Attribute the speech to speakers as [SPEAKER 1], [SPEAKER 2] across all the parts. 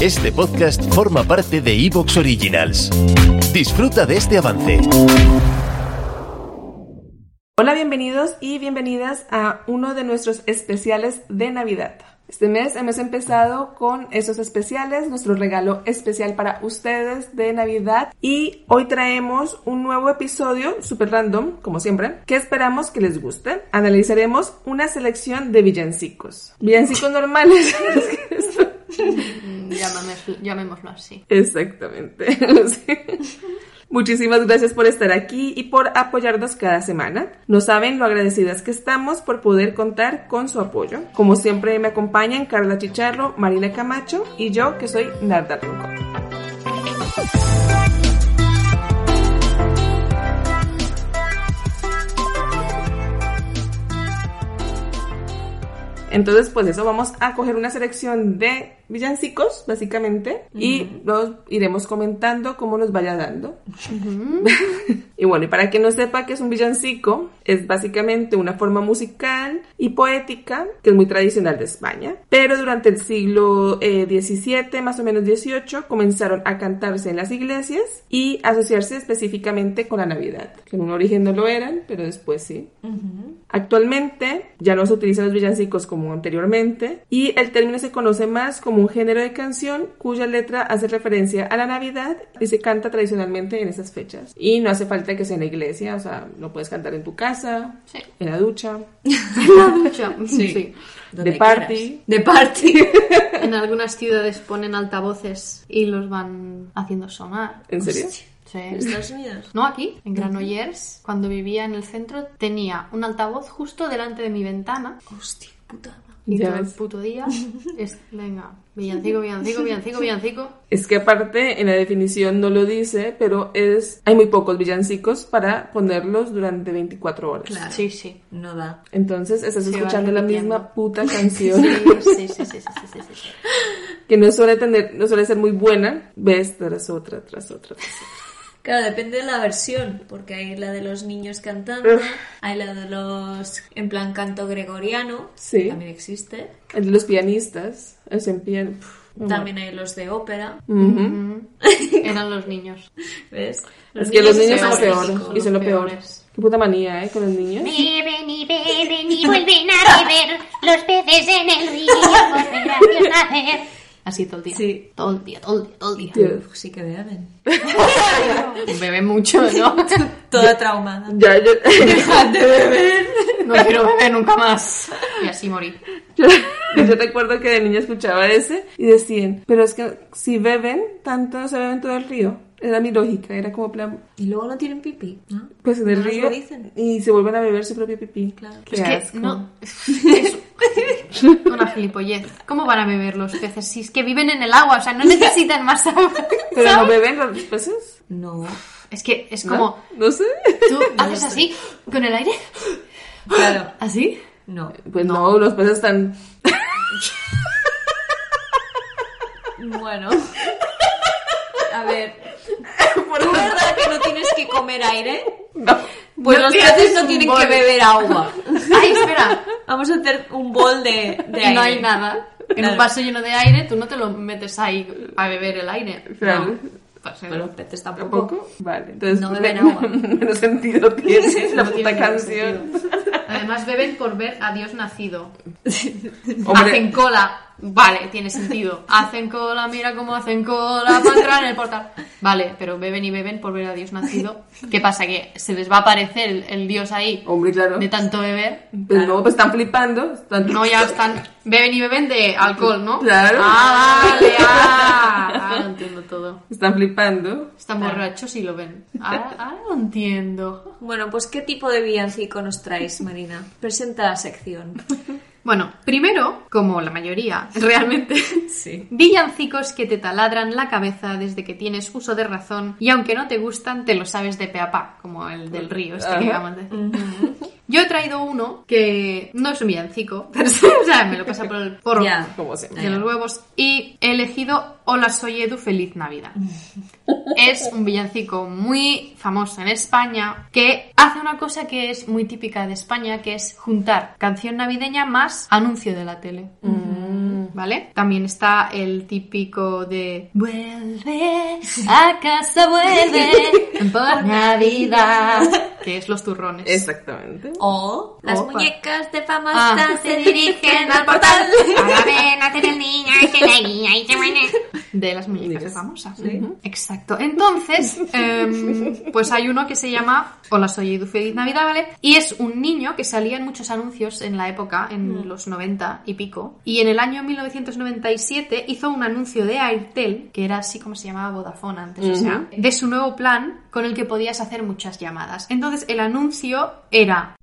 [SPEAKER 1] Este podcast forma parte de Evox Originals. Disfruta de este avance.
[SPEAKER 2] Hola, bienvenidos y bienvenidas a uno de nuestros especiales de Navidad. Este mes hemos empezado con esos especiales, nuestro regalo especial para ustedes de Navidad y hoy traemos un nuevo episodio super random, como siempre, que esperamos que les guste. Analizaremos una selección de villancicos. Villancicos normales.
[SPEAKER 3] Llámame- Mm, llamémoslo así.
[SPEAKER 2] Exactamente. Sí. Muchísimas gracias por estar aquí y por apoyarnos cada semana. No saben lo agradecidas que estamos por poder contar con su apoyo. Como siempre me acompañan Carla Chicharro, Marina Camacho y yo que soy Narda Rincón. Entonces, pues eso, vamos a coger una selección de villancicos, básicamente, y los iremos comentando cómo nos vaya dando. y bueno, y para quien no sepa qué es un villancico, es básicamente una forma musical y poética que es muy tradicional de España, pero durante el siglo eh, XVII, más o menos XVIII, comenzaron a cantarse en las iglesias y asociarse específicamente con la Navidad, que en un origen no lo eran, pero después sí. Actualmente ya no se utilizan los villancicos como anteriormente y el término se conoce más como un género de canción cuya letra hace referencia a la Navidad y se canta tradicionalmente en esas fechas. Y no hace falta que sea en la iglesia, o sea, lo puedes cantar en tu casa,
[SPEAKER 3] Sí.
[SPEAKER 2] en la ducha,
[SPEAKER 3] Sí.
[SPEAKER 2] de party.
[SPEAKER 4] De party.
[SPEAKER 3] En algunas ciudades ponen altavoces y los van haciendo sonar.
[SPEAKER 2] ¿En serio?
[SPEAKER 3] Pues Sí.
[SPEAKER 4] Estados Unidos.
[SPEAKER 3] No aquí, en Granollers, cuando vivía en el centro, tenía un altavoz justo delante de mi ventana
[SPEAKER 4] Hostia, puta.
[SPEAKER 3] y
[SPEAKER 2] Ya
[SPEAKER 3] todo el
[SPEAKER 2] ves.
[SPEAKER 3] puto día es, venga, villancico, villancico, villancico, villancico.
[SPEAKER 2] Es que aparte en la definición no lo dice, pero es hay muy pocos villancicos para ponerlos durante 24 horas.
[SPEAKER 4] Claro.
[SPEAKER 3] Sí, sí.
[SPEAKER 4] No da.
[SPEAKER 2] Entonces estás
[SPEAKER 3] Se va
[SPEAKER 2] escuchando la
[SPEAKER 3] repitiendo.
[SPEAKER 2] misma puta
[SPEAKER 3] Sí,
[SPEAKER 2] canción.
[SPEAKER 3] sí, sí, sí, sí, sí, sí, sí, sí.
[SPEAKER 2] que no suele tener, no suele ser muy buena, ves tras otra, tras otra. tras otra.
[SPEAKER 4] Claro, depende de la versión, porque hay la de los niños cantando, hay la de los en plan canto gregoriano,
[SPEAKER 2] Sí.
[SPEAKER 4] que también existe,
[SPEAKER 2] El de Los pianistas, el en piano. pf, me
[SPEAKER 4] también hay los de ópera,
[SPEAKER 2] muero. Ujú.
[SPEAKER 3] Mm. Eran los niños.
[SPEAKER 4] ¿ves?
[SPEAKER 2] Es que los niños son
[SPEAKER 3] son
[SPEAKER 2] lo
[SPEAKER 4] más
[SPEAKER 2] peor
[SPEAKER 4] ricos.
[SPEAKER 2] y son lo
[SPEAKER 3] los
[SPEAKER 2] peor.
[SPEAKER 3] peores.
[SPEAKER 2] Qué puta manía, ¿eh? Con los niños.
[SPEAKER 5] Beben y beben y vuelven a beber los peces en el río. Volverán a beber.
[SPEAKER 3] Así todo el día.
[SPEAKER 4] Sí.
[SPEAKER 3] Todo el día, todo el día, todo el día.
[SPEAKER 2] Dios.
[SPEAKER 4] Uf, sí que beben.
[SPEAKER 3] Bebe mucho, ¿no?
[SPEAKER 4] Toda traumada.
[SPEAKER 2] Ya, yo,
[SPEAKER 4] Deja de beber.
[SPEAKER 3] No quiero beber nunca más. Y así morí.
[SPEAKER 2] yo, yo recuerdo que de niña escuchaba ese y decían, pero es que si beben, tanto no se beben todo el río. Era mi lógica, era como plan,
[SPEAKER 4] Y luego no tienen pipí, ¿no?
[SPEAKER 2] pues en el
[SPEAKER 4] No nos
[SPEAKER 2] río
[SPEAKER 4] lo dicen.
[SPEAKER 2] y se vuelven a beber su propio pipí.
[SPEAKER 4] Claro.
[SPEAKER 2] Qué
[SPEAKER 3] es que
[SPEAKER 2] asco.
[SPEAKER 3] no. Es una gilipollez. ¿Cómo van a beber los peces si es que viven en el agua? O sea, no necesitan más agua.
[SPEAKER 2] Pero no
[SPEAKER 3] ¿sabes?
[SPEAKER 2] beben los peces.
[SPEAKER 4] No.
[SPEAKER 3] Es que es
[SPEAKER 2] ¿no?
[SPEAKER 3] como.
[SPEAKER 2] No sé.
[SPEAKER 3] Tú haces así, con el aire.
[SPEAKER 4] Claro.
[SPEAKER 3] ¿Así?
[SPEAKER 4] No.
[SPEAKER 2] Pues no, los peces están
[SPEAKER 4] Bueno. A ver. ¿Tú verdad que no tienes que comer aire? Pues
[SPEAKER 3] No
[SPEAKER 4] los
[SPEAKER 3] te
[SPEAKER 4] peces
[SPEAKER 3] haces
[SPEAKER 4] no
[SPEAKER 3] un
[SPEAKER 4] tienen
[SPEAKER 3] bol.
[SPEAKER 4] que beber agua.
[SPEAKER 3] ¡Ay, espera!
[SPEAKER 4] Vamos a hacer un bol de, de
[SPEAKER 3] Y
[SPEAKER 4] aire.
[SPEAKER 3] no hay nada. En
[SPEAKER 4] Claro.
[SPEAKER 3] un vaso lleno de aire, tú no te lo metes ahí para beber el aire.
[SPEAKER 2] Claro.
[SPEAKER 3] No. Pues,
[SPEAKER 4] Pero los peces tampoco.
[SPEAKER 2] ¿Tampoco? Vale, entonces
[SPEAKER 4] No beben
[SPEAKER 2] me-
[SPEAKER 4] agua.
[SPEAKER 2] menos sentido tiene la
[SPEAKER 3] no
[SPEAKER 2] puta
[SPEAKER 3] tiene
[SPEAKER 2] canción.
[SPEAKER 3] Además beben por ver a Dios nacido.
[SPEAKER 2] Hombre.
[SPEAKER 3] Hacen cola. Vale, tiene sentido. Hacen cola, mira cómo hacen cola para entrar en el portal. Vale, pero beben y beben por ver a Dios nacido. ¿Qué pasa? ¿Que se les va a aparecer el, el Dios ahí
[SPEAKER 2] Hombre, claro.
[SPEAKER 3] de tanto beber?
[SPEAKER 2] Pero no, pues están flipando. Están...
[SPEAKER 3] No, ya están... Beben y beben de alcohol, ¿no?
[SPEAKER 2] Claro.
[SPEAKER 3] Ah, vale, ah, ahora lo entiendo todo.
[SPEAKER 2] Están flipando.
[SPEAKER 3] Están borrachos y lo ven. Ahora, ahora lo entiendo.
[SPEAKER 4] Bueno, pues ¿qué tipo de villancico nos traes, Marina? Presenta la sección.
[SPEAKER 3] Bueno, primero, como la mayoría, realmente,
[SPEAKER 4] Sí.
[SPEAKER 3] villancicos que te taladran la cabeza desde que tienes uso de razón y aunque no te gustan, te lo sabes de pe a pa, como el del río, este que
[SPEAKER 2] Ajá.
[SPEAKER 3] acabamos de decir. Yo he traído uno que no es un villancico, pero sí, o sea, me lo pasa por el porro
[SPEAKER 4] Ya.
[SPEAKER 2] Como siempre.
[SPEAKER 3] de los huevos y he elegido Hola soy Edu, feliz Navidad. es un villancico muy famoso en España que hace una cosa que es muy típica de España, que es juntar canción navideña más anuncio de la tele. Mm. ¿Vale? También está el típico de Vuelve, a casa vuelve, por Navidad, que es los turrones.
[SPEAKER 2] Exactamente.
[SPEAKER 4] O las
[SPEAKER 3] Opa.
[SPEAKER 4] muñecas de
[SPEAKER 3] Ah.
[SPEAKER 4] Famasta se dirigen al portal.
[SPEAKER 5] Ahora ven a tener niña y que la guía y que buena.
[SPEAKER 3] De las muñecas
[SPEAKER 2] Yes.
[SPEAKER 3] famosas. ¿eh? Exacto. Entonces, em, pues hay uno que se llama Hola, soy Edu, feliz Navidad, ¿vale? Y es un niño que salía en muchos anuncios en la época, en los 90 y pico. Y en el año 1997 hizo un anuncio de Airtel, que era así como se llamaba Vodafone antes, o sea, de su nuevo plan con el que podías hacer muchas llamadas. Entonces, el anuncio era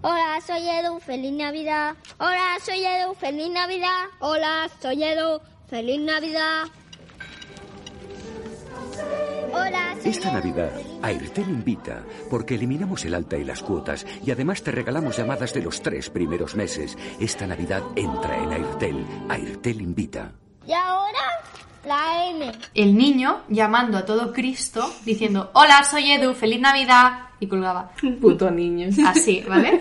[SPEAKER 6] Hola, soy Edu, feliz Navidad. Hola, soy Edu, feliz Navidad. Hola, soy Edu, feliz Navidad. Hola, soy
[SPEAKER 7] Esta
[SPEAKER 6] Edu,
[SPEAKER 7] Navidad,
[SPEAKER 6] feliz
[SPEAKER 7] Airtel invita, porque eliminamos el alta y las cuotas y además te regalamos llamadas de los tres primeros meses. Esta Navidad entra en Airtel. Airtel invita.
[SPEAKER 6] Y ahora, la N.
[SPEAKER 3] el niño llamando a todo Cristo diciendo Hola, soy Edu, feliz Navidad. Y colgaba.
[SPEAKER 2] Puto niño.
[SPEAKER 3] Así, ¿vale?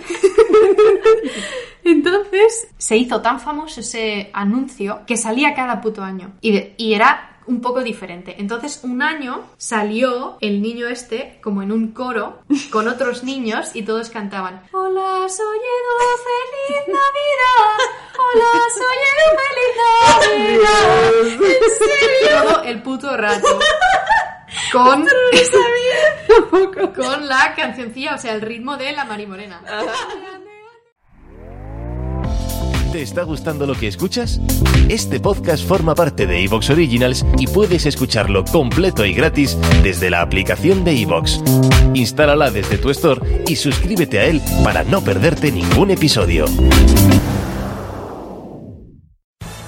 [SPEAKER 3] Entonces se hizo tan famoso ese anuncio que salía cada puto año y, de- y era un poco diferente. Entonces un año salió el niño este como en un coro con otros niños y todos cantaban "Oh, Hola, soy Edu, feliz Navidad. Hola, soy Edu, feliz Navidad. ¿En serio? Todo el puto rato. Con... Con la cancioncilla, o sea, el ritmo de la Mari Morena.
[SPEAKER 1] ¿Te está gustando lo que escuchas? Este podcast forma parte de Evox Originals y puedes escucharlo completo y gratis desde la aplicación de Evox. Instálala desde tu store y suscríbete a él para no perderte ningún episodio.